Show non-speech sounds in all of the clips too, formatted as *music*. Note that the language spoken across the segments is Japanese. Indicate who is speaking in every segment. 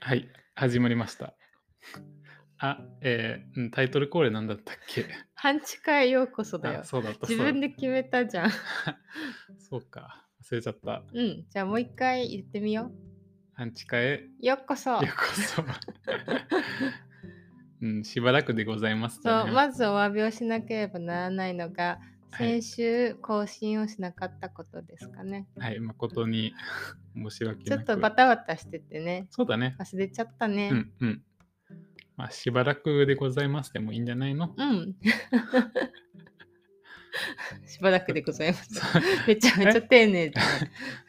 Speaker 1: はい、始まりました。あ、えー、うん、タイトルコールなんだったっけ
Speaker 2: 半地下へようこそだよ。
Speaker 1: そうだった。
Speaker 2: 自分で決めたじゃん。
Speaker 1: そうか、忘れちゃった。
Speaker 2: *laughs* うん、じゃあもう一回言ってみよう。
Speaker 1: 半地下へ
Speaker 2: ようこそ。
Speaker 1: *laughs* ようこそ。うん、しばらくでございます、ね、
Speaker 2: そう、まずお詫びをしなければならないのが、先週更新をしなかったことですかね。
Speaker 1: はい、誠に *laughs* 申し訳
Speaker 2: ちょっとバタバタしててね。
Speaker 1: そうだね。
Speaker 2: 忘れちゃったね。
Speaker 1: うんうん。まあ、しばらくでございますでもいいんじゃないの
Speaker 2: うん。 *laughs* しばらくでございます。
Speaker 1: *laughs*
Speaker 2: *laughs* めちゃめちゃ丁寧で。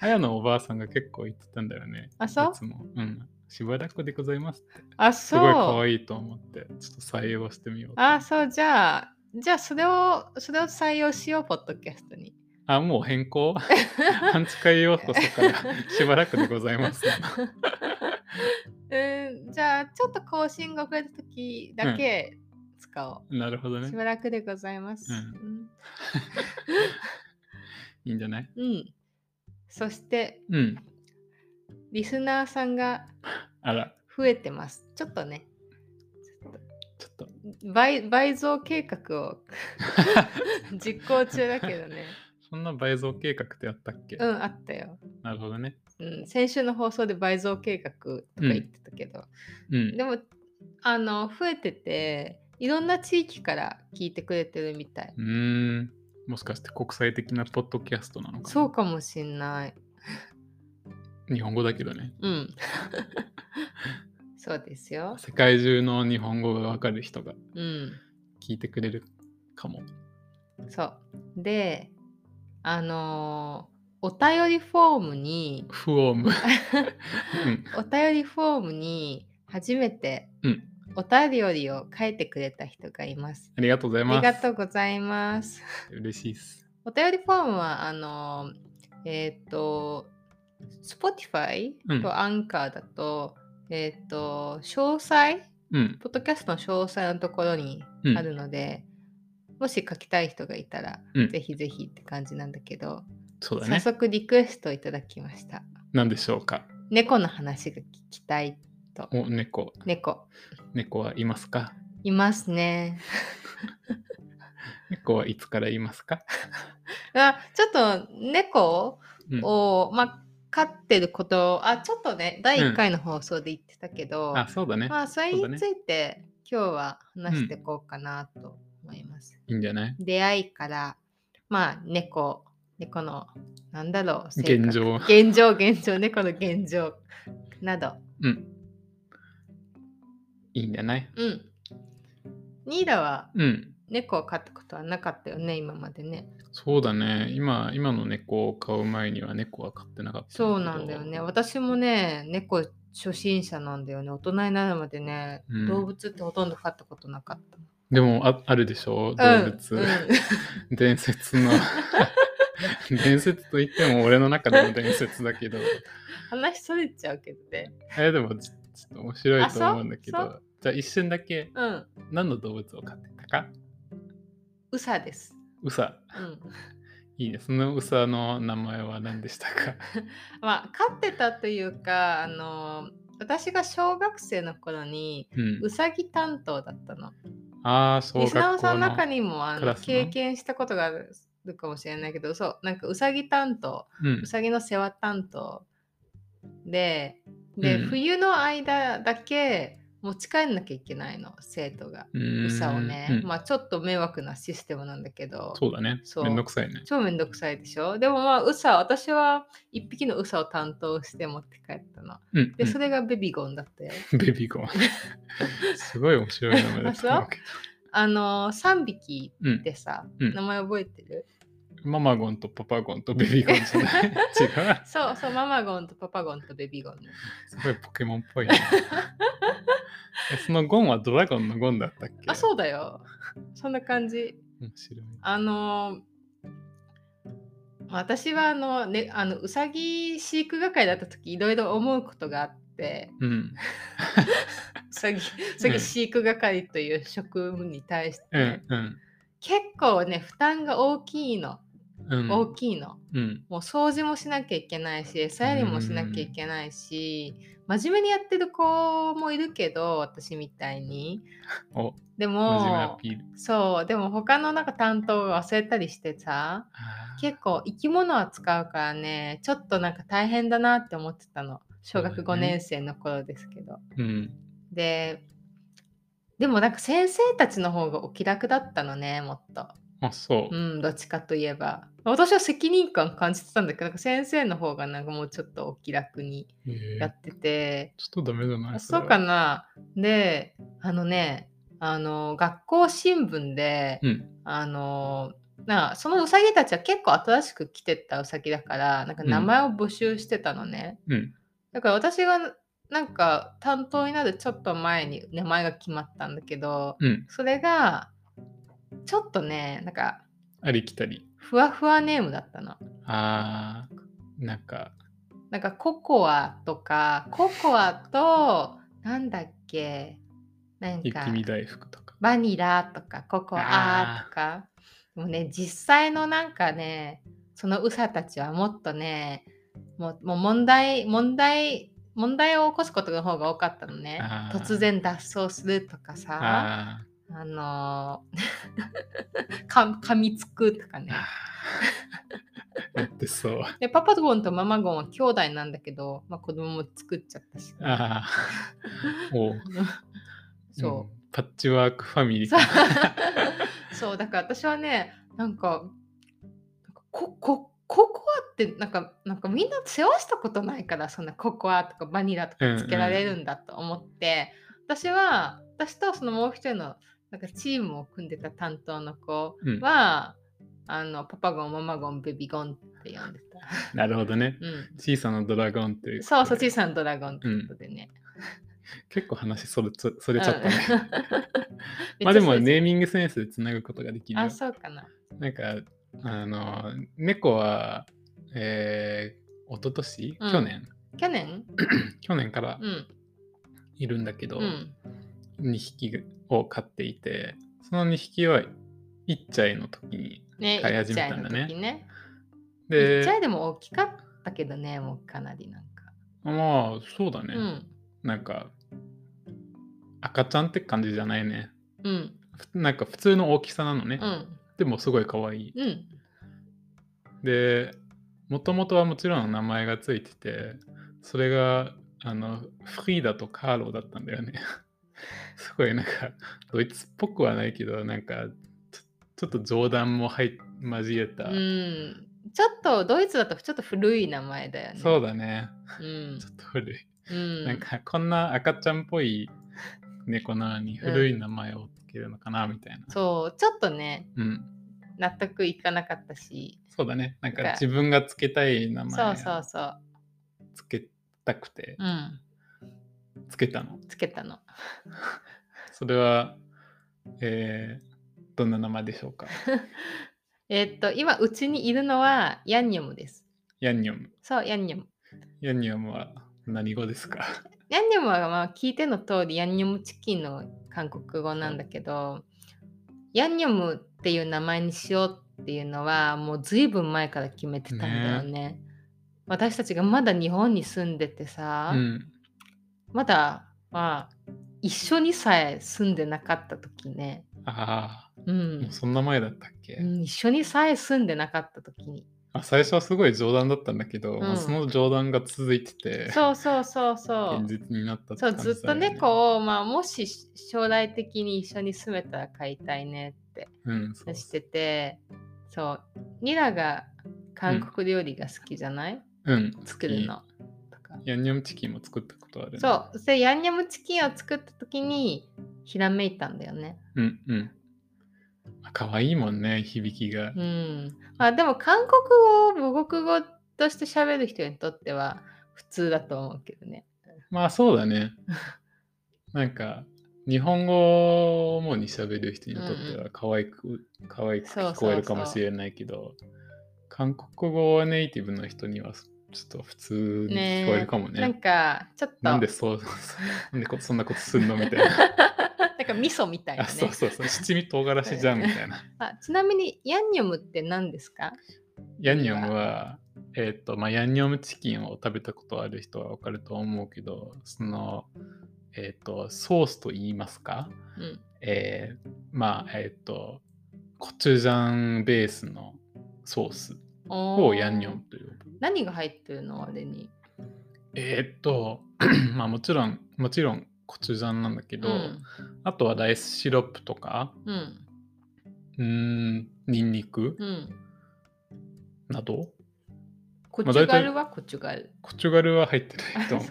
Speaker 1: あやのおばあさんが結構言ってたんだよね。
Speaker 2: あ、そう
Speaker 1: いつも。うん。しばらくでございますって。
Speaker 2: あ、そ
Speaker 1: す
Speaker 2: う。
Speaker 1: ごい可愛いと思って、ちょっと採用してみよう。
Speaker 2: あ、そう、じゃあ、じゃあそれを、それを採用しよう、ポッドキャス
Speaker 1: *laughs*
Speaker 2: トに。
Speaker 1: あ、もう変
Speaker 2: *laughs*
Speaker 1: 更半地下用途とからしばらくでございます、ね。 *laughs*
Speaker 2: うん、じゃあちょっと更新が遅れた時だけ使お
Speaker 1: う、うん、なるほどね。
Speaker 2: しばらくでございます。うん、
Speaker 1: いいんじゃない
Speaker 2: うん。そして、
Speaker 1: うん、
Speaker 2: リスナーさんが増えてます。ちょっとね。
Speaker 1: ちょっと
Speaker 2: 倍倍増計画を *laughs* 実行中だけ
Speaker 1: *laughs*
Speaker 2: どね。
Speaker 1: そんな倍増計画ってあったっけ
Speaker 2: うん、あったよ。
Speaker 1: なるほどね。
Speaker 2: うん、先週の放送で倍増計画とか言ってたけど、
Speaker 1: うん、
Speaker 2: でもあの増えてていろんな地域から聞いてくれてるみたい。
Speaker 1: うんもしかして国際的なポッドキャストなのかな
Speaker 2: そうかもしんない。
Speaker 1: 日本語だけどね。
Speaker 2: うん。 *laughs* そうですよ。
Speaker 1: 世界中の日本語がわかる人が聞いてくれるかも。
Speaker 2: うん、そうであのー、お便りフォームに *laughs*
Speaker 1: フォーム
Speaker 2: お便りフォームに初めてお便りを書いてくれた人がいます。
Speaker 1: ありがとうございます。
Speaker 2: ありがとうございます。
Speaker 1: 嬉しいです。
Speaker 2: お便りフォームはあのー、えっ、ー、と Spotify とアンカーだと、うんえっ、ー、と、詳細、
Speaker 1: うん、
Speaker 2: ポッドキャストの詳細のところにあるので、うん、もし書きたい人がいたら、うん、ぜひぜひって感じなんだけど、
Speaker 1: そうだね、
Speaker 2: 早速リクエストいただきました。
Speaker 1: 何でしょうか
Speaker 2: 猫の話が聞きたいと。
Speaker 1: お、猫。
Speaker 2: 猫。
Speaker 1: 猫はいますか
Speaker 2: いますね。
Speaker 1: 猫はいつからいますか
Speaker 2: あちょっと猫を、まあ飼ってることあちょっとね第1回の放送で言ってたけど、
Speaker 1: うん、あそうだね
Speaker 2: まあそれについて、ね、今日は話していこうかなと思います、
Speaker 1: うん、いいんじゃない
Speaker 2: 出会いからまあ猫猫のなんだろ
Speaker 1: う現状
Speaker 2: 現状現状猫の現状など
Speaker 1: うんいいんじゃない
Speaker 2: うんニーラは、
Speaker 1: うん、
Speaker 2: 猫を飼ったことはなかったよね今までね
Speaker 1: そうだね今今の猫を飼う前には猫は飼ってなかった
Speaker 2: そうなんだよね私もね猫初心者なんだよね大人になるまでね、うん、動物ってほとんど飼ったことなかった
Speaker 1: でもああるでしょ動物、うんうん、 *laughs* 伝説の *laughs* 伝説といっても俺の中でも伝説だけど
Speaker 2: 話それちゃうけどね
Speaker 1: えでもちょっと面白いと思うんだけどじゃあ一瞬だけ、
Speaker 2: うん、
Speaker 1: 何の動物を飼ってたか
Speaker 2: ウサです。
Speaker 1: ウサ。
Speaker 2: うん、
Speaker 1: いいね。そのウサの名前は何でしたか
Speaker 2: *laughs* まあ、飼ってたというか、あの私が小学生の頃に、うん、ウサギ担当だったの。
Speaker 1: ああ、そう
Speaker 2: リスナーさんの中にもあの経験したことがあるかもしれないけど、そう、なんかウサギ担当、
Speaker 1: うん、
Speaker 2: ウサギの世話担当で、で、うん、冬の間だけ、持ち帰んなきゃいけないの生徒がうさをね、うん、まあちょっと迷惑なシステムなんだけど
Speaker 1: そうだねめんどくさいね
Speaker 2: 超めんどくさいでしょでもまあうさ私は1匹のうさを担当して持って帰ったの、
Speaker 1: うん、
Speaker 2: でそれがベビゴンだったよ
Speaker 1: *laughs* ベビゴン
Speaker 2: *laughs*
Speaker 1: すごい面白い名前だった
Speaker 2: あのー、3匹ってさ、うん、名前覚えてる
Speaker 1: ママゴンとパパゴンとベビゴンじゃ
Speaker 2: *laughs*
Speaker 1: ない違う
Speaker 2: そうそうママゴンとパパゴンとベビゴン、ね、
Speaker 1: すごいポケモンっぽい、ね、そのゴンはドラゴンのゴンだったっけ
Speaker 2: あそうだよそんな感じ
Speaker 1: 面白い
Speaker 2: あの私はあの,、ね、あのうさぎ飼育係だった時いろいろ思うことがあって、
Speaker 1: うん、
Speaker 2: うさぎうさぎ飼育係という職務に対して、
Speaker 1: ね、うんうん、
Speaker 2: 結構ね負担が大きいの。
Speaker 1: うん
Speaker 2: 大きいの。
Speaker 1: うん
Speaker 2: もう掃除もしなきゃいけないし餌やりもしなきゃいけないし、真面目にやってる子もいるけど私みたいに
Speaker 1: お
Speaker 2: で
Speaker 1: 真面目ア
Speaker 2: も
Speaker 1: ピール
Speaker 2: そうでも他のなんか担当が忘れたりしてさ
Speaker 1: あー
Speaker 2: 結構生き物は使うからねちょっとなんか大変だなって思ってたの小
Speaker 1: そ
Speaker 2: 学
Speaker 1: うだ
Speaker 2: 5
Speaker 1: ね
Speaker 2: 年生の頃ですけど、
Speaker 1: うん
Speaker 2: ででもなんか先生たちの方がお気楽だったのねもっと
Speaker 1: あそううん
Speaker 2: どっちかといえば私は責任感感じてたんだけどなんか先生の方がなんかもうちょっとお気楽に
Speaker 1: へー
Speaker 2: やってて、
Speaker 1: ちょっとダメじゃな
Speaker 2: あ
Speaker 1: い
Speaker 2: そうか
Speaker 1: な
Speaker 2: なであのねあの学校新聞で、
Speaker 1: うん
Speaker 2: あのなあそのうさぎたちは結構新しく来てったうさぎだからなんか名前を募集してたのね、
Speaker 1: うん
Speaker 2: だから私がなんか担当になるちょっと前に名前が決まったんだけど
Speaker 1: うん
Speaker 2: それがちょっとねなんか
Speaker 1: ありきたり
Speaker 2: ふわふわネームだったの。
Speaker 1: あーなんか
Speaker 2: なんかココアとかココアとなんだっけなん
Speaker 1: 雪
Speaker 2: か
Speaker 1: 見大福とか
Speaker 2: バニラとかココアとかでもね実際のなんかねそのウサたちはもっとねもうもう問題問題問題を起こすことの方が多かったのね
Speaker 1: あー
Speaker 2: 突然脱走するとかさあ
Speaker 1: あ
Speaker 2: のー *laughs* か噛みつくとか
Speaker 1: ー
Speaker 2: ね
Speaker 1: あーやってそう
Speaker 2: でパパゴンとママゴンは兄弟なんだけど、まあ、子供も作っちゃったし
Speaker 1: ああおう
Speaker 2: そう、
Speaker 1: んパッチワークファミリー
Speaker 2: そ
Speaker 1: か
Speaker 2: う *laughs* そうだから私はねなんかなんかここココアってなんかなんかみんな世話したことないからそんなココアとかバニラと
Speaker 1: うんう
Speaker 2: か
Speaker 1: ん
Speaker 2: つけられるんだと思って、私は私とそのもう一人のなんかチームを組んでた担当の子
Speaker 1: うん
Speaker 2: は、あのパパゴンママゴンベビゴンって呼んでた、
Speaker 1: なるほどね
Speaker 2: うん、
Speaker 1: 小さなドラゴンっていう
Speaker 2: そうそう小さなドラゴンってことでね、
Speaker 1: 結構話それつそれちゃったね、
Speaker 2: *laughs* うん
Speaker 1: まあでも
Speaker 2: めっちゃそう
Speaker 1: ネーミングセンスでつなぐことができるよ
Speaker 2: あそうかな
Speaker 1: なんかあの猫はえー、一昨年、
Speaker 2: うん
Speaker 1: 去年
Speaker 2: 去年
Speaker 1: 去年から
Speaker 2: うん
Speaker 1: いるんだけど、
Speaker 2: うん
Speaker 1: 2匹を飼っていてその2匹は1歳の時に
Speaker 2: ね、
Speaker 1: 飼い始めたんだね
Speaker 2: 一歳の時ね。
Speaker 1: で
Speaker 2: 一歳でも大きかったけどね、もうかなりなんか。
Speaker 1: まあそうだね、
Speaker 2: うん。
Speaker 1: なんか赤ちゃんって感じじゃないね
Speaker 2: うん。
Speaker 1: ふなんか普通の大きさなのね、
Speaker 2: うん。
Speaker 1: でもすごい可愛い
Speaker 2: うん。
Speaker 1: でもともとはもちろん名前がついててそれがあのフリーダとカーローだったんだよね *laughs* すごいなんかドイツっぽくはないけどなんかちょちょっと冗談も入っ交えた、
Speaker 2: うん。ちょっとドイツだとちょっと古い名前だよね。
Speaker 1: そうだね
Speaker 2: うん
Speaker 1: ちょっと古い、
Speaker 2: うん。
Speaker 1: なんかこんな赤ちゃんっぽい猫なのに古い名前をつけるのかなみたいな、
Speaker 2: そう、ちょっとね、
Speaker 1: うん、
Speaker 2: 納得いかなかったし。
Speaker 1: そうだね。なんか
Speaker 2: なんか
Speaker 1: 自分がつけたい名
Speaker 2: そう
Speaker 1: 前
Speaker 2: そう
Speaker 1: を
Speaker 2: そう。
Speaker 1: つけたくて
Speaker 2: うん。
Speaker 1: つけたの。
Speaker 2: つけたの。
Speaker 1: それは、えーどんな名前でし
Speaker 2: *laughs*
Speaker 1: ょうか
Speaker 2: えーっと、今、うちにいるのはヤンニョムです。
Speaker 1: ヤンニョム。
Speaker 2: そう、ヤンニョム。
Speaker 1: ヤンニョムは何語ですか
Speaker 2: ヤンニョムはまあ聞いての通りヤンニョムチキンの韓国語なんだけどヤンニョムっていう名前にしようっていうのはもうずいぶん前から決めてたんだよね。私たちがまだ日本に住んでてさ、
Speaker 1: うん。
Speaker 2: まだまあ一緒にさえ住んでなかった時ね、
Speaker 1: あ
Speaker 2: う
Speaker 1: あ、も
Speaker 2: ん
Speaker 1: うそんな前だったっけ、
Speaker 2: うん、一緒にさえ住んでなかった時
Speaker 1: *laughs*
Speaker 2: に
Speaker 1: あ最初はすごい冗談だったんだけど、
Speaker 2: ん
Speaker 1: まあその冗談が続いてて、
Speaker 2: そうそうそうそう
Speaker 1: 現実になったって
Speaker 2: そう
Speaker 1: 感じだ
Speaker 2: ず
Speaker 1: よ、ね。
Speaker 2: っと猫を、まあ、もし将来的に一緒に住めたら飼いたいねって
Speaker 1: うん、そう
Speaker 2: しててそうニラが韓国料理が好きじゃない、
Speaker 1: うん、
Speaker 2: 作るのとか
Speaker 1: ヤンニョムチキンも作ったことある、ね。
Speaker 2: そうそれヤンニョムチキンを作った時にひらめいたんだよね
Speaker 1: う。うんうん。まあ可愛いもんね、響きが。
Speaker 2: うんまあでも韓国語を母国語として喋る人にとっては普通だと思うけどね
Speaker 1: まあそうだね。 *laughs* なんか日本語を主に喋る人にとっては可愛く、可愛く聞こえるかもしれないけど、韓国語ネイティブの人にはちょっと普通に聞こえるかもね。
Speaker 2: なんかちょっと
Speaker 1: なんでそう *laughs* なんでこそんなことすんのみ *laughs* たいな。
Speaker 2: *laughs* なんか味噌みたいな
Speaker 1: あ
Speaker 2: ね
Speaker 1: そうそうそう七味唐辛子じゃんみたいな。
Speaker 2: あちなみにヤンニョムって何ですか
Speaker 1: ヤンニョムは、えっ、と、まあ、ヤンニョムチキンを食べたことある人はわかると思うけど、その、えっ、と、ソースと言いますか、
Speaker 2: うん
Speaker 1: えーまあ、えっ、と、コチュジャンベースのソース
Speaker 2: お
Speaker 1: を
Speaker 2: ー
Speaker 1: ヤンニョムと呼ぶ。
Speaker 2: 何が入ってるのあれに。
Speaker 1: えーっと、 *clears throat* まあもちろん、もちろんコチュジャンなんだけど、
Speaker 2: うん。
Speaker 1: あとはライスシロップとか、
Speaker 2: うん。
Speaker 1: うーん、ニンニク
Speaker 2: うん。
Speaker 1: など、
Speaker 2: コ
Speaker 1: まあ
Speaker 2: チュ
Speaker 1: 大体
Speaker 2: ガルはコチュガル。
Speaker 1: コチュガルは入ってない
Speaker 2: *laughs*
Speaker 1: と思う。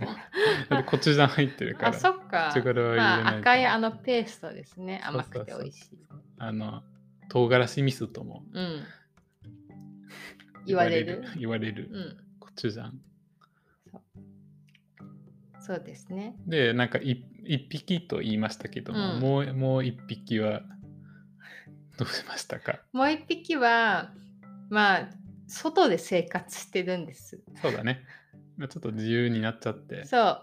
Speaker 1: だってコチュジャン入ってるか
Speaker 2: あ、
Speaker 1: ら、
Speaker 2: そっか。
Speaker 1: 口からは入れないと
Speaker 2: まあ、赤いあのペーストですね。甘くて美味しい。
Speaker 1: あの、唐辛子味噌とも
Speaker 2: うん。言われる。
Speaker 1: 言われる。
Speaker 2: うん。
Speaker 1: コチュジャン。
Speaker 2: そうですね。
Speaker 1: で、なんかい一匹と言いましたけども、
Speaker 2: うん
Speaker 1: もうもう一匹はどうしましたか
Speaker 2: もう一匹は、まあ、外で生活してるんです。
Speaker 1: そうだね。まあちょっと自由になっちゃって。
Speaker 2: そう。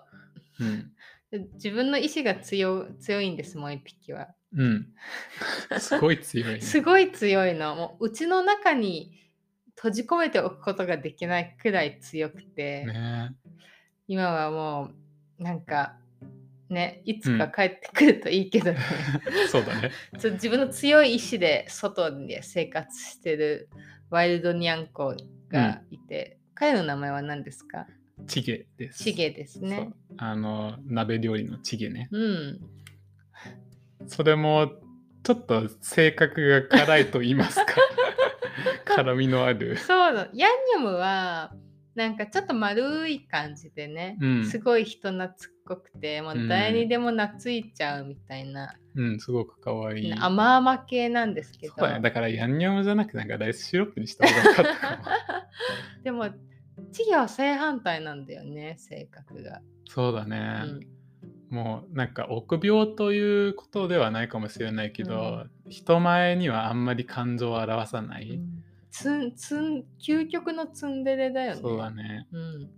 Speaker 1: うん。
Speaker 2: 自分の意志が強強いんです、もう一匹は。
Speaker 1: うん。
Speaker 2: *laughs*
Speaker 1: すごい強い、ね。
Speaker 2: すごい強いの。もううちの中に閉じ込めておくことができないくらい強くて、
Speaker 1: ね
Speaker 2: 今はもう、なんか、ね、いつか帰ってくるといいけど *laughs* ね、
Speaker 1: えそうだね。
Speaker 2: そう自分の強い意志で外で生活してるワイルドニャンコがいて、彼の名前は何ですか
Speaker 1: チゲです。
Speaker 2: シゲです
Speaker 1: そ
Speaker 2: ね
Speaker 1: う。あの、鍋料理のチゲね。
Speaker 2: うん。
Speaker 1: それも、ちょっと性格が辛いと言い
Speaker 2: *laughs*
Speaker 1: ますか。辛みのある。
Speaker 2: そうなのヤンニョムはなんかちょっと丸い感じでね、
Speaker 1: うん
Speaker 2: すごい人懐っこくてもう誰にでも懐いちゃうみたいな、
Speaker 1: うん、すごく可愛い。
Speaker 2: 甘々系なんですけ
Speaker 1: そ
Speaker 2: ど
Speaker 1: うだね。だから、ヤンニョムじゃなくて、なんかライスシロップにした方が良かったかも。
Speaker 2: *laughs* でもチギは正反対なんだよね性格が、
Speaker 1: そうだ
Speaker 2: う
Speaker 1: ね。
Speaker 2: ん
Speaker 1: もう、なんか、臆病ということではないかもしれないけど、人前にはあんまり感情を表さない。
Speaker 2: ツンツン究極のツンデレだよね
Speaker 1: そうだね。
Speaker 2: うん、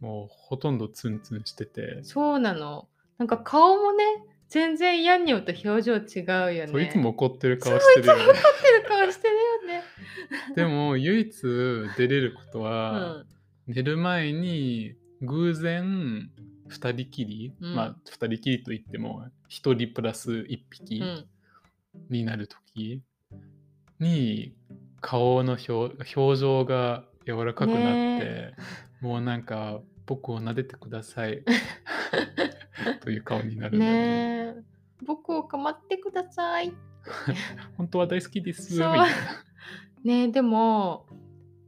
Speaker 1: もう、ほとんどツンツンしてて。
Speaker 2: そうなのなんか顔もね全然ヤンニョムと表情違うよね
Speaker 1: そういつも怒ってる
Speaker 2: そ
Speaker 1: 顔
Speaker 2: うい
Speaker 1: して
Speaker 2: つ
Speaker 1: る
Speaker 2: も
Speaker 1: よ
Speaker 2: 怒っ
Speaker 1: ね。
Speaker 2: てる顔してるよね、
Speaker 1: *laughs* でも唯一出れること
Speaker 2: う
Speaker 1: は、
Speaker 2: ん、
Speaker 1: 寝る前に偶然2人きり、
Speaker 2: うん
Speaker 1: まあ2人きりといっても1人プラス1匹
Speaker 2: うん
Speaker 1: になる時に顔の表表情が柔らかくなって、
Speaker 2: ね
Speaker 1: もうなんか僕を撫でてくださ
Speaker 2: *laughs*
Speaker 1: いという顔になるんだよね
Speaker 2: ねえ僕を構ってください。
Speaker 1: 本当は大好きですみ
Speaker 2: そう
Speaker 1: たいな
Speaker 2: ねえでも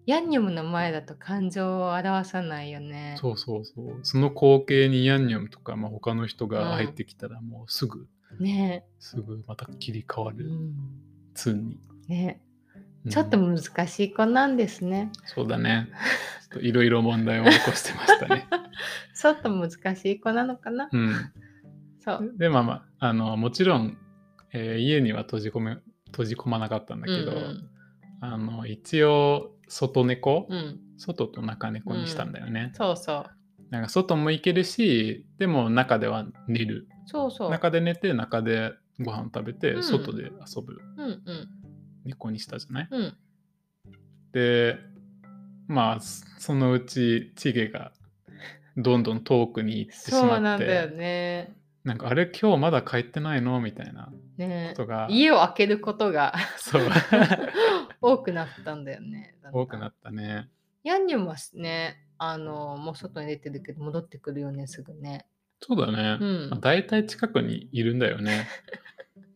Speaker 2: ヤンニョムの前だと感情を表さないよね。
Speaker 1: そうそうそう。その光景にヤンニョムとか、まあ、他の人が入ってきたらもうすぐ、
Speaker 2: ね
Speaker 1: すぐまた切り替わ
Speaker 2: え、う
Speaker 1: る、
Speaker 2: ん
Speaker 1: つんに。
Speaker 2: ね
Speaker 1: う
Speaker 2: え
Speaker 1: ん
Speaker 2: ちょっと難しい子なんですね。
Speaker 1: そうだね。ちょっといろいろ問題を起こしてました
Speaker 2: *laughs*
Speaker 1: ね。
Speaker 2: ちょっと難しい子なのかな。
Speaker 1: う
Speaker 2: そう。
Speaker 1: ん。で、まあまあ、あの、もちろん、えー家には閉じ込め、閉じ込まなかったんだけど、
Speaker 2: うん
Speaker 1: あの、一応、外猫、
Speaker 2: うん、うん
Speaker 1: 外と中猫にしたんだよね。
Speaker 2: そうそう。
Speaker 1: なんか外も行けるし、でも中では寝る。
Speaker 2: そうそう。
Speaker 1: 中で寝て、中でご飯食べて、
Speaker 2: うん
Speaker 1: 外で遊ぶ
Speaker 2: うんうん
Speaker 1: 猫にしたじゃない
Speaker 2: うん
Speaker 1: でまあそそのうちチゲがどんどん遠くに行ってしまっ
Speaker 2: そ
Speaker 1: て
Speaker 2: うなんだよね。
Speaker 1: なんかあれ今日まだ帰ってないのみたいなこ
Speaker 2: ねえ
Speaker 1: とが
Speaker 2: 家を開けるこ
Speaker 1: *laughs*
Speaker 2: とが
Speaker 1: そう
Speaker 2: 多くなったんだよね。だんだん
Speaker 1: 多くなったね
Speaker 2: ヤンニョムはね、あの、もう外に出てるけど、戻ってくるよね、すぐね。
Speaker 1: そうだね、
Speaker 2: うん
Speaker 1: まあ、大体近くにいるんだよね *laughs*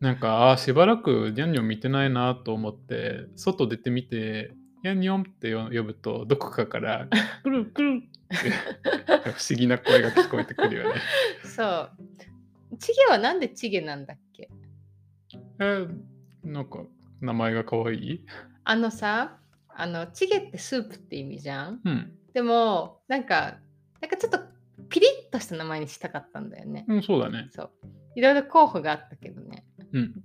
Speaker 1: なんかあーしばらくニャンニョン見てないなと思って外出てみてニャンニョンってよ呼ぶとどこか
Speaker 2: *laughs*
Speaker 1: からくるくるって不思議な声が聞こえてくるよね
Speaker 2: そう。チゲはなんでチゲなんだっけ
Speaker 1: えなんか名前が可愛い
Speaker 2: あのさ、あの、チゲってスープって意味じゃん
Speaker 1: うん、
Speaker 2: でも、なんか、なんかちょっとピリッとした名前にしたかったんだよね。
Speaker 1: うん、そうだね。
Speaker 2: そう。いろいろ候補があったけどね。
Speaker 1: うん。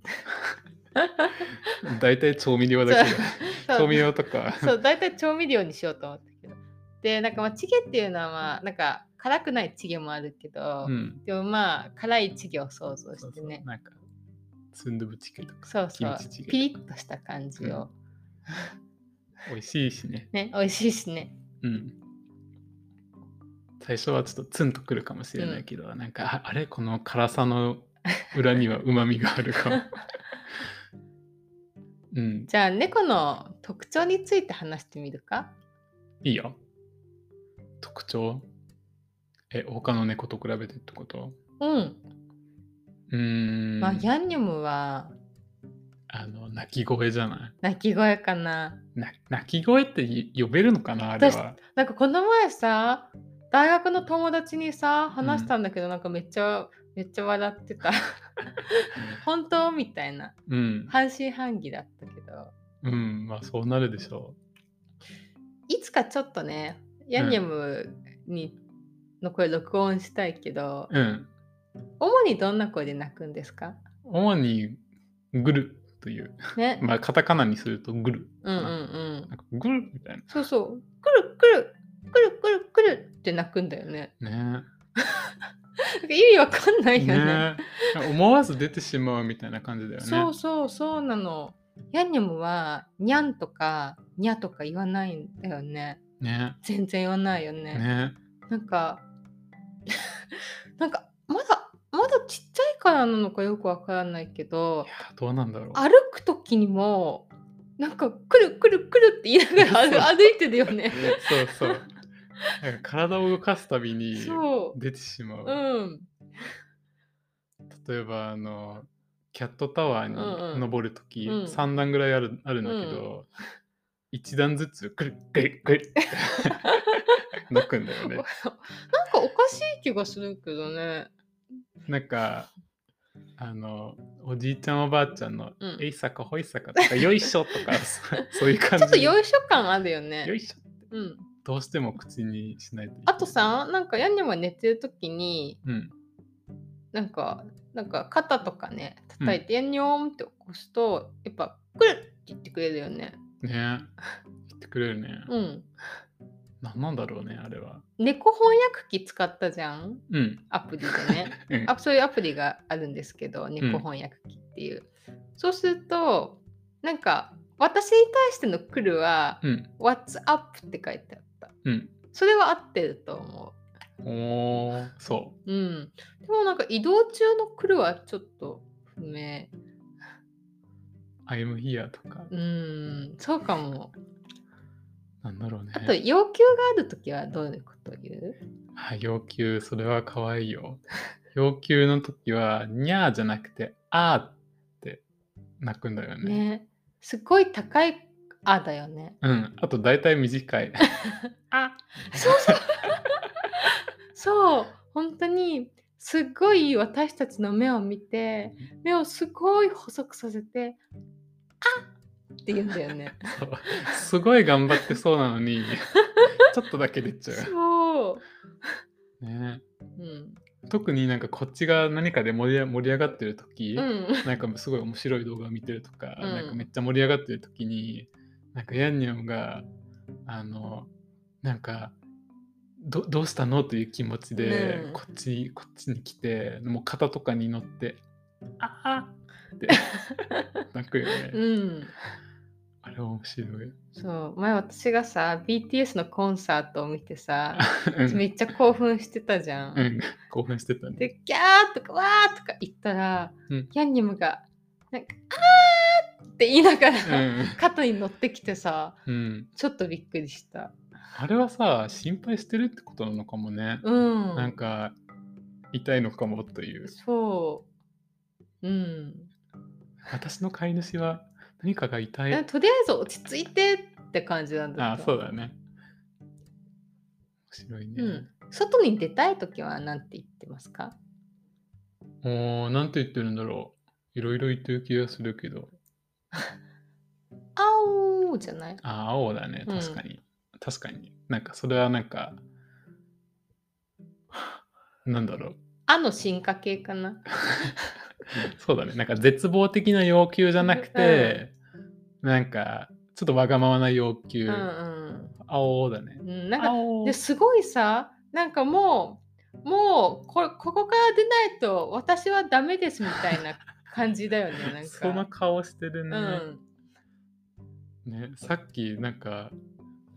Speaker 1: 大体調味料だけ
Speaker 2: *laughs*
Speaker 1: ど、
Speaker 2: そう
Speaker 1: 調味料とか。
Speaker 2: そう、大体調味料にしようと思ったけど。で、なんかまあ、チゲっていうのは、まあ、なんか辛くないチゲもあるけど、
Speaker 1: うん。
Speaker 2: でもまあ、辛いチゲを想
Speaker 1: そ
Speaker 2: 像し
Speaker 1: う
Speaker 2: て
Speaker 1: そう
Speaker 2: ね。
Speaker 1: なんか、スンドゥブチゲとか。
Speaker 2: そうそ
Speaker 1: キム
Speaker 2: う
Speaker 1: チチゲ
Speaker 2: ピリッとした感じを、
Speaker 1: 美味しいしね。
Speaker 2: ね、美味しいしね。
Speaker 1: うん。最初はちょっとツンとくるかもしれないけど、なんか、
Speaker 2: *laughs*
Speaker 1: ああれこの辛さの裏には旨味があるか
Speaker 2: *laughs*
Speaker 1: も。うん、
Speaker 2: じゃあ、猫の特徴について話してみるか
Speaker 1: いいよ。特徴え、他の猫と比べてってこと
Speaker 2: うん。
Speaker 1: うーん。
Speaker 2: まあ、ヤンニョムは
Speaker 1: あの、鳴き声じゃない
Speaker 2: 鳴き声かな。
Speaker 1: な鳴き声ってい呼べるのかなあれは。
Speaker 2: なんかこの前さ、大学の友達にさ、話したんだけど、なんかめっちゃ、めっちゃ笑って
Speaker 1: *laughs*
Speaker 2: た。本当みたいな。
Speaker 1: うん。
Speaker 2: 半信半疑だったけど。
Speaker 1: うん。まあ、そうなるでしょ
Speaker 2: いつかちょっとね、ヤンニョムに、の声録音したいけど、
Speaker 1: う。うん。
Speaker 2: 主にどんな声で鳴くんですか
Speaker 1: 主に、グルという。
Speaker 2: ね。
Speaker 1: まあ、カタカナにするとグル。
Speaker 2: うんうんうん。
Speaker 1: なんかグルみたい
Speaker 2: そうそう。くるくるくるくるくるって鳴くんだよね。
Speaker 1: な。ね
Speaker 2: なんか意味わかんないよね。
Speaker 1: ねえ思わず出てしまうみたいな感じだよね。
Speaker 2: そうそうそうなの。ヤンニョムはニャンとかニャとか言わないんだよね。
Speaker 1: ね
Speaker 2: 全然言わないよね。
Speaker 1: ね
Speaker 2: なんか *laughs* なんかまだまだちっちゃいからなのかよくわからないけど
Speaker 1: いや、どうなんだろう。
Speaker 2: 歩く時にもなんかくるくるくるって言いなが
Speaker 1: *laughs*
Speaker 2: ら歩歩いてるよね。
Speaker 1: そうそう。なんか体を動かすたびに
Speaker 2: そ
Speaker 1: 出てしまう。
Speaker 2: う。うん。
Speaker 1: 例えばあのキャットタワー
Speaker 2: うんう
Speaker 1: に
Speaker 2: ん
Speaker 1: 登るとき、
Speaker 2: うん
Speaker 1: 3段ぐらいあるあるんだけど、1段ずつクルックルックルッって *laughs*
Speaker 2: *laughs*
Speaker 1: 鳴くんだよ
Speaker 2: なん
Speaker 1: ね
Speaker 2: か。おかしい気がするけどね。
Speaker 1: なんかあのおじいちゃんおばあちゃんの
Speaker 2: うん
Speaker 1: 「えいさかほいさか」とか「よいしょ」と
Speaker 2: *laughs*
Speaker 1: かそうそういう感
Speaker 2: ち
Speaker 1: じ
Speaker 2: ょっとよ
Speaker 1: よ
Speaker 2: いしょ感あるよね。
Speaker 1: いしょ
Speaker 2: うん。
Speaker 1: どうしても口にしないといけない
Speaker 2: あとさなんかヤンニョムが寝てる時に
Speaker 1: うん
Speaker 2: なんかなんか肩とかね叩いて、ヤンニョーンって起こすとやっぱ「くる!」って言ってくれるよね。
Speaker 1: ね言ってくれるね、
Speaker 2: うん。
Speaker 1: なん、なんだろうねあれは
Speaker 2: 猫翻訳機使ったじゃん
Speaker 1: うん、
Speaker 2: アプリでね。
Speaker 1: うん、
Speaker 2: あそういうアプリがあるんですけど猫翻訳機っていう。そうするとなんか私に対しての「くる」は
Speaker 1: うん
Speaker 2: 「What's up」って書いてあった。
Speaker 1: うん
Speaker 2: それは合ってると思。
Speaker 1: おーそう
Speaker 2: うん。でもなんか移動中の「くる」はちょっと不明。
Speaker 1: う「I'm here」とか
Speaker 2: うーん、そうかも。
Speaker 1: なんだろうね
Speaker 2: あと、要求があるときはどういうこと言う
Speaker 1: あ要求それは可愛いよ要求の時は「にゃー」じゃなくて「あー」って鳴くんだよね
Speaker 2: ね。すごい高い「あ」だよね。
Speaker 1: うんあと大体短い
Speaker 2: あそうそう。そう、本当に、すごい私たちの目を見て、目をすごい細くさせて、あって言うんだ
Speaker 1: *laughs*
Speaker 2: よね。
Speaker 1: そうすごい頑張ってそうなのに *laughs* ちょっとだけ出ちゃ
Speaker 2: そう。
Speaker 1: う、ね、
Speaker 2: うん。
Speaker 1: 特になんかこっちが何かで盛りあ盛り上がってる時、
Speaker 2: うん。
Speaker 1: なんかすごい面白い動画を見てるとか,、
Speaker 2: うん
Speaker 1: なんかめっちゃ盛り上がってる時になんかヤンニョムがあのなんかどどうしたのという気持ちで、
Speaker 2: うん
Speaker 1: こっちこっちに来てもう肩とかに乗って「ああ!」って
Speaker 2: *laughs*
Speaker 1: 泣くよね、
Speaker 2: うん。
Speaker 1: あれ面白い
Speaker 2: そう。前私がさ、BTS のコンサートを見てさ、
Speaker 1: うん
Speaker 2: めっちゃ興奮してたじゃん。
Speaker 1: うん興奮してたね
Speaker 2: で、ギャーとかわーとか言ったら、
Speaker 1: うん
Speaker 2: ヤンニョムが、なんか、あーって言いながら、
Speaker 1: うん
Speaker 2: 肩に乗ってきてさ、
Speaker 1: うん、
Speaker 2: ちょっとびっくりした。
Speaker 1: あれはさ心配してるってことなのかもね、
Speaker 2: うん。
Speaker 1: なんか痛いのかもという
Speaker 2: そう。うん。
Speaker 1: 私の飼い主は何かが痛い
Speaker 2: なんかとりあえず落ち着いてって感じなんだ
Speaker 1: あ
Speaker 2: けど
Speaker 1: そうだね。面白いね。
Speaker 2: うん。外に出たいときは何て言ってますか
Speaker 1: おーなんて言ってるんだろう。いろいろ言ってる気がするけど。
Speaker 2: あおーじゃない
Speaker 1: あ、青だね。
Speaker 2: うん
Speaker 1: 確かに。確かに。なんか、それはなんか、なんだろう。
Speaker 2: あの進化系かな。
Speaker 1: そうだね。なんか、絶望的な要求じゃなくて、なんか、ちょっとわがままな要
Speaker 2: う
Speaker 1: 求。
Speaker 2: んう
Speaker 1: 青だね。
Speaker 2: ん。うん、なんか
Speaker 1: 青。
Speaker 2: ですごいさなんかもうもうこここから出ないと私はダ
Speaker 1: *laughs*
Speaker 2: メですみたいな感じだよねなんか
Speaker 1: その顔してる
Speaker 2: う
Speaker 1: ね。
Speaker 2: ん
Speaker 1: ね、さっきなんか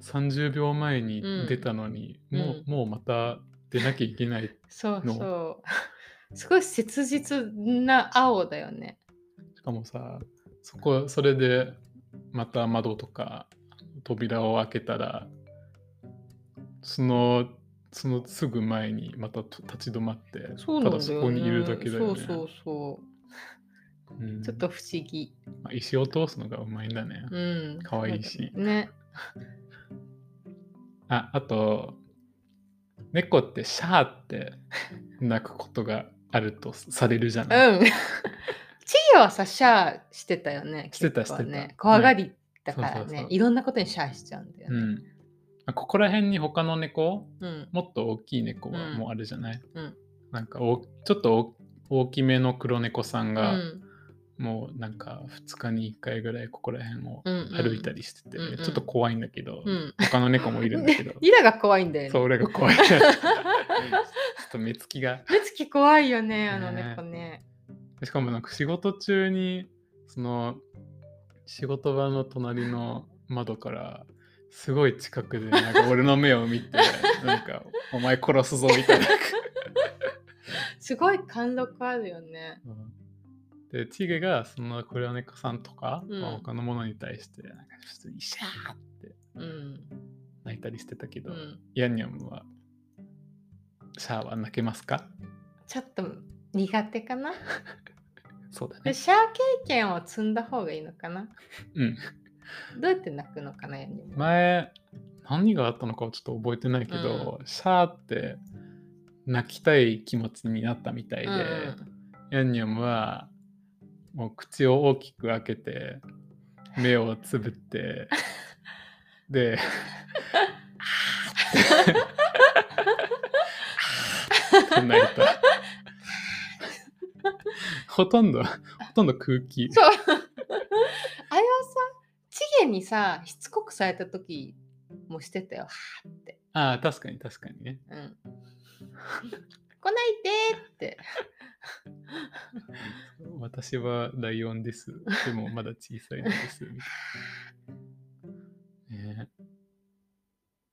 Speaker 1: 30秒前に出たのに、
Speaker 2: うん
Speaker 1: もうもうまた出なきゃいけない。
Speaker 2: そう
Speaker 1: の
Speaker 2: そう。すごい切実な青だよね。
Speaker 1: しかもさ、そこ、それでまた窓とか扉を開けたら、その、そのすぐ前にまたと立ち止まって、
Speaker 2: そう
Speaker 1: た
Speaker 2: な
Speaker 1: だ
Speaker 2: んだよね。
Speaker 1: そこにいるだけだよね。
Speaker 2: そうそうそうう。
Speaker 1: ん
Speaker 2: ちょっと不思議。
Speaker 1: まあ石を通すのがうまいんだね。
Speaker 2: うん。
Speaker 1: 可愛いし
Speaker 2: ね。
Speaker 1: あ、あと、猫ってシャー
Speaker 2: *laughs*
Speaker 1: って鳴くことがあるとされるじゃない。
Speaker 2: うん。チーはさ、シャーしてたよね。
Speaker 1: してた
Speaker 2: 結構ね
Speaker 1: してた
Speaker 2: 怖がりだからね
Speaker 1: そうそうそう
Speaker 2: いろんなことにシャーしちゃうんだよ
Speaker 1: う
Speaker 2: ね。
Speaker 1: んあここら辺に他の猫、
Speaker 2: うん。
Speaker 1: もっと大きい猫は
Speaker 2: うん
Speaker 1: もうあるじゃない、
Speaker 2: うん
Speaker 1: なんかおちょっと大大きめの黒猫さん
Speaker 2: う
Speaker 1: が、
Speaker 2: ん。
Speaker 1: もうなんか2日に1回ぐらいここら辺を
Speaker 2: うん。
Speaker 1: 歩いたりしてて、
Speaker 2: うんうん
Speaker 1: ちょっと怖いんだけど、
Speaker 2: うん。
Speaker 1: 他の猫もいるんだけど
Speaker 2: でイラが怖 *laughs* いんだよね。
Speaker 1: そう俺が
Speaker 2: *laughs*
Speaker 1: 怖いちょっと目つきが
Speaker 2: 目つき怖いよね、あの
Speaker 1: ね
Speaker 2: 猫ね。
Speaker 1: しかもなんか仕事中にその仕事場の隣の窓からすごい近くでなんか俺の目を見てなんか「お前殺すぞ」みたいな。
Speaker 2: すごい貫禄あるよね。
Speaker 1: でチゲがその黒猫さんとか、
Speaker 2: うん
Speaker 1: まあ他のものに対してなんか普通にシャーって
Speaker 2: うん。
Speaker 1: 泣いたりしてたけど、
Speaker 2: うん。
Speaker 1: ヤンニョムはシャーは泣けますか
Speaker 2: ちょっと苦手かな。
Speaker 1: そうだ
Speaker 2: で
Speaker 1: ね。
Speaker 2: シャー経験を積んだ方がいいのかな。
Speaker 1: うん、
Speaker 2: どうやって泣くのかな、ヤニも。
Speaker 1: 前何があったのかはちょっと覚えてないけど、シャーって泣きたい気持ちになったみたいで、
Speaker 2: うんうん
Speaker 1: ヤンニョムはもう口を大きく開けて目をつぶって
Speaker 2: *laughs*
Speaker 1: でって泣い
Speaker 2: *laughs*
Speaker 1: たほとんどほとんど空気
Speaker 2: そう。あ *laughs* れはさ、チゲにさ、しつこくされた時もしてたよ。
Speaker 1: ああ確かに確かにね *laughs*
Speaker 2: うん。来ないでーって。
Speaker 1: 私はライオン
Speaker 2: *laughs*
Speaker 1: です。でもまだ小さいのです。みたい
Speaker 2: *laughs*
Speaker 1: なねえ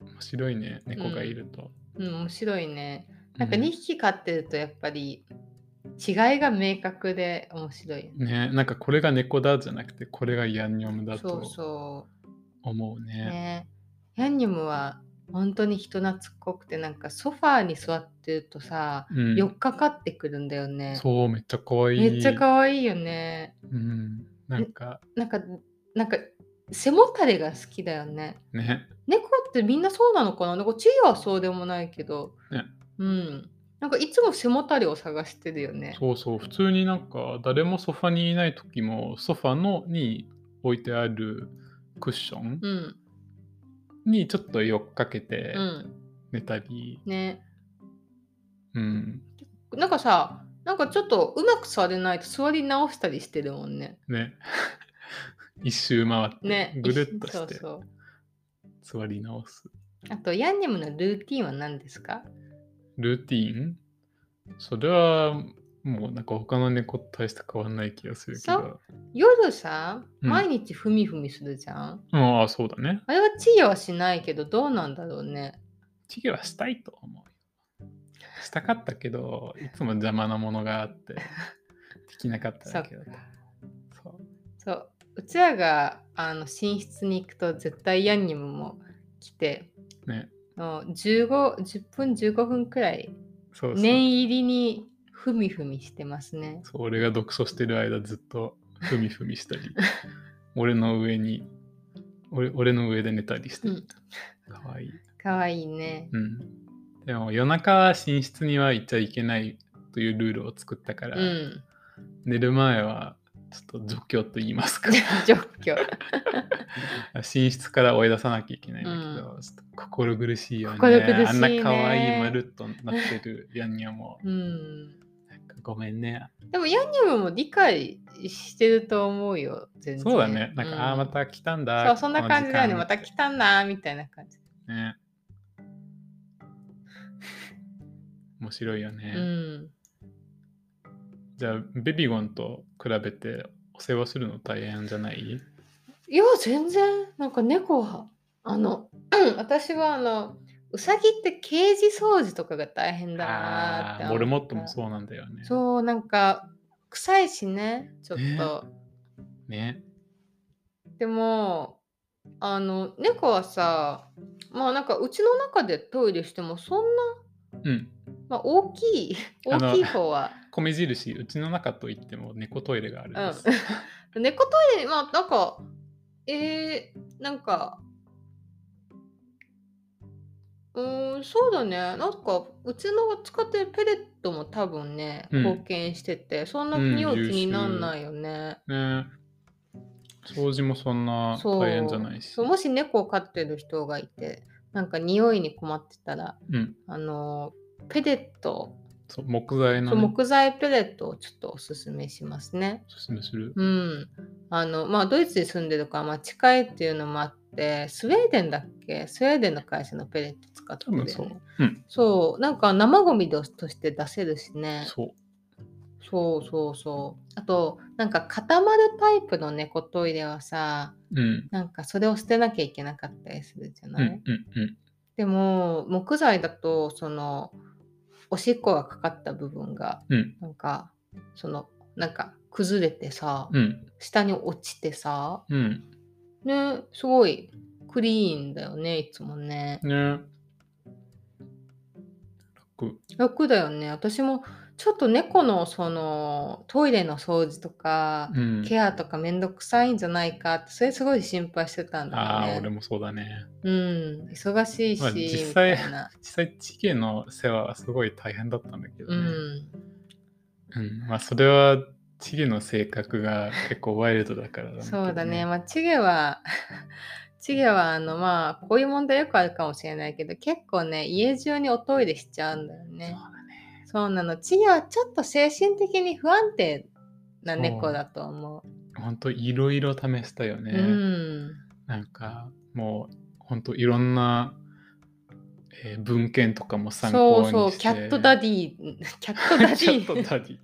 Speaker 1: 面白いね、猫がいると。
Speaker 2: うん、面白いね。
Speaker 1: う
Speaker 2: なんか2匹飼ってるとやっぱり違いが明確で面白いよね。
Speaker 1: ねえなんかこれが猫だじゃなくて、これがヤンニョムだ
Speaker 2: そ
Speaker 1: と
Speaker 2: うそ
Speaker 1: 思う
Speaker 2: う。
Speaker 1: ね。
Speaker 2: ね。ヤンニョムは本当に人懐っこくてなんかソファーに座ってるとさ、
Speaker 1: うん
Speaker 2: よっかかってくるんだよね。
Speaker 1: そう、めっちゃ可愛い。
Speaker 2: めっちゃ可愛いよね。
Speaker 1: うん。なんか
Speaker 2: なんか、なんか背もたれが好きだよね。
Speaker 1: ね、
Speaker 2: 猫ってみんなそうなのかななんかチーはそうでもないけど、
Speaker 1: ね
Speaker 2: うん。なんかいつも背もたれを探してるよね。
Speaker 1: そうそう、普通になんか誰もソファにいない時も、ソファのに置いてあるクッション
Speaker 2: うん。
Speaker 1: にちょっとよっかけて
Speaker 2: うん。
Speaker 1: 寝たり、
Speaker 2: ね。
Speaker 1: うん、
Speaker 2: なんかさ、なんかちょっとうまく座れないと座り直したりしてるもんね。
Speaker 1: ね。 *laughs* 一周回って、
Speaker 2: ね。
Speaker 1: ぐるっとし
Speaker 2: そう
Speaker 1: て
Speaker 2: そう。
Speaker 1: 座り直す。
Speaker 2: あと、ヤンニョムのルーティンは何ですか
Speaker 1: ルーティーンそれはもうなんか他の猫と大して変わんない気がするけ
Speaker 2: そ
Speaker 1: ど。
Speaker 2: 夜さ、
Speaker 1: うん
Speaker 2: 毎日ふみふみするじゃん。
Speaker 1: うん、あそうだね。
Speaker 2: あれはチーはしないけど、どうなんだろうね。
Speaker 1: チゲはしたいと思う。したかったけど、いつも邪魔なものがあって、できなかっただけだと。そう
Speaker 2: *laughs* そう。うちらがあの寝室に行くと、絶対ヤンニョムも来て、
Speaker 1: ね。
Speaker 2: もう15 10分15分くらい、
Speaker 1: そうそう。
Speaker 2: 念入りにふみふみしてますね。
Speaker 1: そう俺が読書してる間ずっとふみふみしたり、俺の上に、俺俺の上で寝たりして、
Speaker 2: うん
Speaker 1: かわいい。
Speaker 2: かわいいね。
Speaker 1: うん、でも夜中は寝室には行っちゃいけないというルールを作ったから、
Speaker 2: うん。 *laughs*
Speaker 1: 寝る前はちょっと除去と言い
Speaker 2: *laughs*
Speaker 1: ますか
Speaker 2: 状況。
Speaker 1: 寝室から追い出さなきゃいけないんだけど、ちょっと心苦しいよね
Speaker 2: 心苦しいね
Speaker 1: あんな可愛いまるっとなってるヤンニョムを
Speaker 2: うん。
Speaker 1: なんかごめんね
Speaker 2: でもヤンニョムも理解してると思うよ、全然。
Speaker 1: そうだねなんか、ああま
Speaker 2: 来
Speaker 1: た来たん
Speaker 2: た
Speaker 1: だ
Speaker 2: そう、そんな感じだよね。
Speaker 1: この
Speaker 2: ま
Speaker 1: 時
Speaker 2: た来たんだみたいな感じ。
Speaker 1: 間ね面白いよね、
Speaker 2: うん。
Speaker 1: じゃあベビゴンと比べてお世話するの大変じゃない
Speaker 2: いや全然なんか猫はあの *clears throat* 私はあのうさぎってケージ掃除とかが大変だなー
Speaker 1: あ
Speaker 2: って
Speaker 1: ーモ
Speaker 2: 思った
Speaker 1: ルモットもそうなんだよね。
Speaker 2: そうなんか臭いしねちょっと、
Speaker 1: ね。
Speaker 2: でもあの猫はさまあなんかうちの中でトイレしてもそんな、
Speaker 1: うん。
Speaker 2: まあ、大きい
Speaker 1: あ
Speaker 2: 大
Speaker 1: の
Speaker 2: きい方は
Speaker 1: 米印、うちの中といっても猫トイレがあるんです。
Speaker 2: うん、猫トイレまあなんかえー、なんかうーんそうだねなんかうちの使ってるペレットも多分ね
Speaker 1: うん
Speaker 2: 貢献してて、そんな
Speaker 1: うん
Speaker 2: にお気
Speaker 1: 優秀
Speaker 2: になんないよね、
Speaker 1: ね。掃除もそんな
Speaker 2: そう
Speaker 1: 大変じゃないし。
Speaker 2: そうもし猫を飼ってる人がいてなんか匂いに困ってたら
Speaker 1: うん。
Speaker 2: あのペレット、
Speaker 1: そう木材
Speaker 2: そ
Speaker 1: の
Speaker 2: う
Speaker 1: ね、
Speaker 2: 木材ペレットをちょっとおすすめしますね。
Speaker 1: おすすめする。
Speaker 2: うん。あの、まあ、ドイツに住んでるから、まあ、近いっていうのもあって、スウェーデンだっけスウェーデンの会社のペレット使ってるよね。
Speaker 1: 多分そううん
Speaker 2: そうなんか生ゴミとして出せるしね。
Speaker 1: そ
Speaker 2: そうそうそう。あと、なんか固まるタイプの猫トイレはさ、
Speaker 1: う。うん。
Speaker 2: なんかそれを捨てなきゃいけなかったりするじゃ
Speaker 1: うんう
Speaker 2: ない、
Speaker 1: んうん。
Speaker 2: でも、木材だと、その、おしっこがかかった部分が、
Speaker 1: うん
Speaker 2: なんか、その、なんか崩れてさ、
Speaker 1: うん
Speaker 2: 下に落ちてさ、
Speaker 1: うん。
Speaker 2: ね、すごいクリーンだよね、いつもね。
Speaker 1: ね。楽。
Speaker 2: 楽だよね。私もちょっと猫のそのトイレの掃除とか、
Speaker 1: うん。
Speaker 2: ケアとかめんどくさいんじゃないかって、それすごい心配してたん
Speaker 1: あ
Speaker 2: だ
Speaker 1: あ、
Speaker 2: よ
Speaker 1: 俺
Speaker 2: ね。
Speaker 1: もそうだね。
Speaker 2: うん、忙しいし、
Speaker 1: まあ実際
Speaker 2: みたいな。
Speaker 1: 実際、チゲの世話はすごい大変だったんだけど
Speaker 2: う
Speaker 1: ね。
Speaker 2: ん、
Speaker 1: うん、まあそれはチゲの性格が結構ワイルドだからなんけど
Speaker 2: そうだね。。まあ、チゲは、 *laughs* チゲはあのまあ、こういう問題よくあるかもしれないけど、結構ね、家中におトイレしちゃうんだよね。そうなの。チゲはちょっと精神的に不安定な猫だと思
Speaker 1: 本当いろいろ試したよ
Speaker 2: う。
Speaker 1: ね。
Speaker 2: うん。
Speaker 1: なんかもう本当いろんな、えー文献とかも参考に
Speaker 2: そ
Speaker 1: し
Speaker 2: う
Speaker 1: て。
Speaker 2: そう、キャットダ
Speaker 1: デ
Speaker 2: ディ、 *laughs* キャットダデ
Speaker 1: *laughs* キャット
Speaker 2: ィ。
Speaker 1: ダデ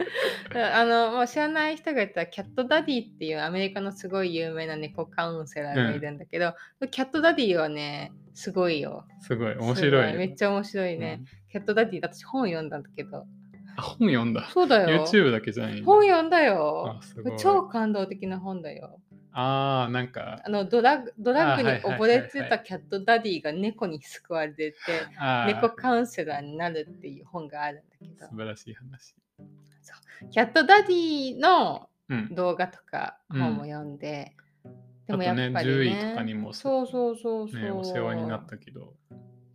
Speaker 1: ィ。
Speaker 2: *laughs* あの、もう知らない人がいたら、キャットダディっていうアメリカのすごい有名な猫カウンセラーがいるんだけど、キャットダディはね、すごいよ。
Speaker 1: すごい面
Speaker 2: す
Speaker 1: 白い。
Speaker 2: ごめっちゃ面白いね。キャットダディだ私本読んだんだけど。
Speaker 1: うんあ本読んだ。
Speaker 2: そうだよ。
Speaker 1: YouTube だけじゃないんだ。
Speaker 2: 本読んだよ
Speaker 1: あ。すごい。
Speaker 2: 超感動的な本だよ。
Speaker 1: ああなんか
Speaker 2: あのドラッグドラッグに
Speaker 1: あはいはいはい
Speaker 2: 溺
Speaker 1: はい
Speaker 2: れてたキャットダディが猫に救われて
Speaker 1: あー
Speaker 2: 猫カウンセラーになるっていう本があるんだけ
Speaker 1: 素晴らしい話。
Speaker 2: ど、キャットダディの
Speaker 1: うん。
Speaker 2: 動画とか
Speaker 1: うん
Speaker 2: 本も読んで、
Speaker 1: あと
Speaker 2: でもやっ
Speaker 1: ね
Speaker 2: ぱり
Speaker 1: 獣
Speaker 2: ね
Speaker 1: 医とかにも
Speaker 2: そうそうそうそう、
Speaker 1: ねお世話になったけど。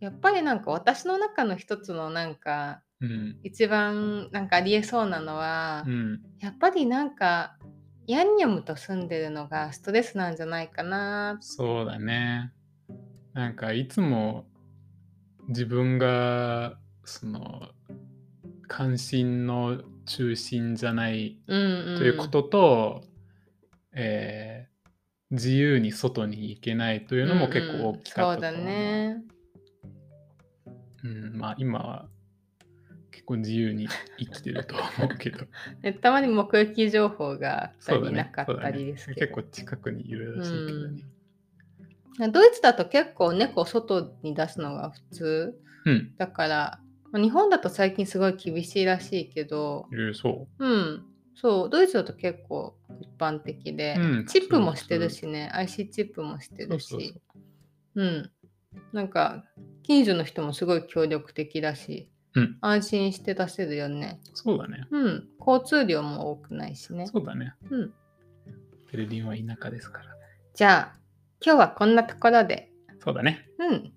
Speaker 2: やっぱりなんか私の中の一つのなんか
Speaker 1: うん。
Speaker 2: 一番なんかありえそうなのは、
Speaker 1: うん。
Speaker 2: やっぱりなんかヤンニョムと住んでるのがストレスなんじゃないかな
Speaker 1: そうだね。なんかいつも自分がその関心の中心じゃない
Speaker 2: うんうん
Speaker 1: ということと、えー自由に外に行けないというのも結構大きかった
Speaker 2: うん
Speaker 1: と思
Speaker 2: うんそう
Speaker 1: う。
Speaker 2: だね
Speaker 1: うん、まあ今は結構自由に生きてるとは思うけど
Speaker 2: ねたまに目撃情報があった
Speaker 1: そうだ
Speaker 2: りな
Speaker 1: ね
Speaker 2: か
Speaker 1: そ
Speaker 2: っ
Speaker 1: う
Speaker 2: た
Speaker 1: だ
Speaker 2: り
Speaker 1: ね
Speaker 2: ですけ
Speaker 1: 結
Speaker 2: ど、
Speaker 1: 構近くにいるらしいけどね。
Speaker 2: ドイツだと結構猫を外に出すのが普通
Speaker 1: うん、
Speaker 2: だからまあ日本だと最近すごい厳しいらしいけど
Speaker 1: いろいろそ
Speaker 2: うんそうドイツだと結構一般的で、
Speaker 1: うん
Speaker 2: チップもしてるしね IC チップもして
Speaker 1: う。そう
Speaker 2: る
Speaker 1: そうそ
Speaker 2: し
Speaker 1: う
Speaker 2: うん。なんか、近所の人もすごい協力的だし、
Speaker 1: うん
Speaker 2: 安心して出せるよね。
Speaker 1: そうだね。
Speaker 2: うん。交通量も多くないしね。
Speaker 1: そうだね。
Speaker 2: うん。
Speaker 1: ベルリンは田舎ですから。
Speaker 2: じゃあ、今日はこんなところで。
Speaker 1: そうだね。
Speaker 2: うん。
Speaker 1: じ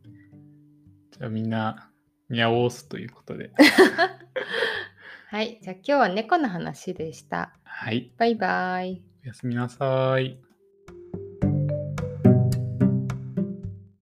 Speaker 1: ゃあみんな、ニャオースということ
Speaker 2: *laughs*
Speaker 1: で。
Speaker 2: はい。じゃあ今日は猫の話でした。
Speaker 1: はい。
Speaker 2: バイバイ。
Speaker 1: おやすみなさい。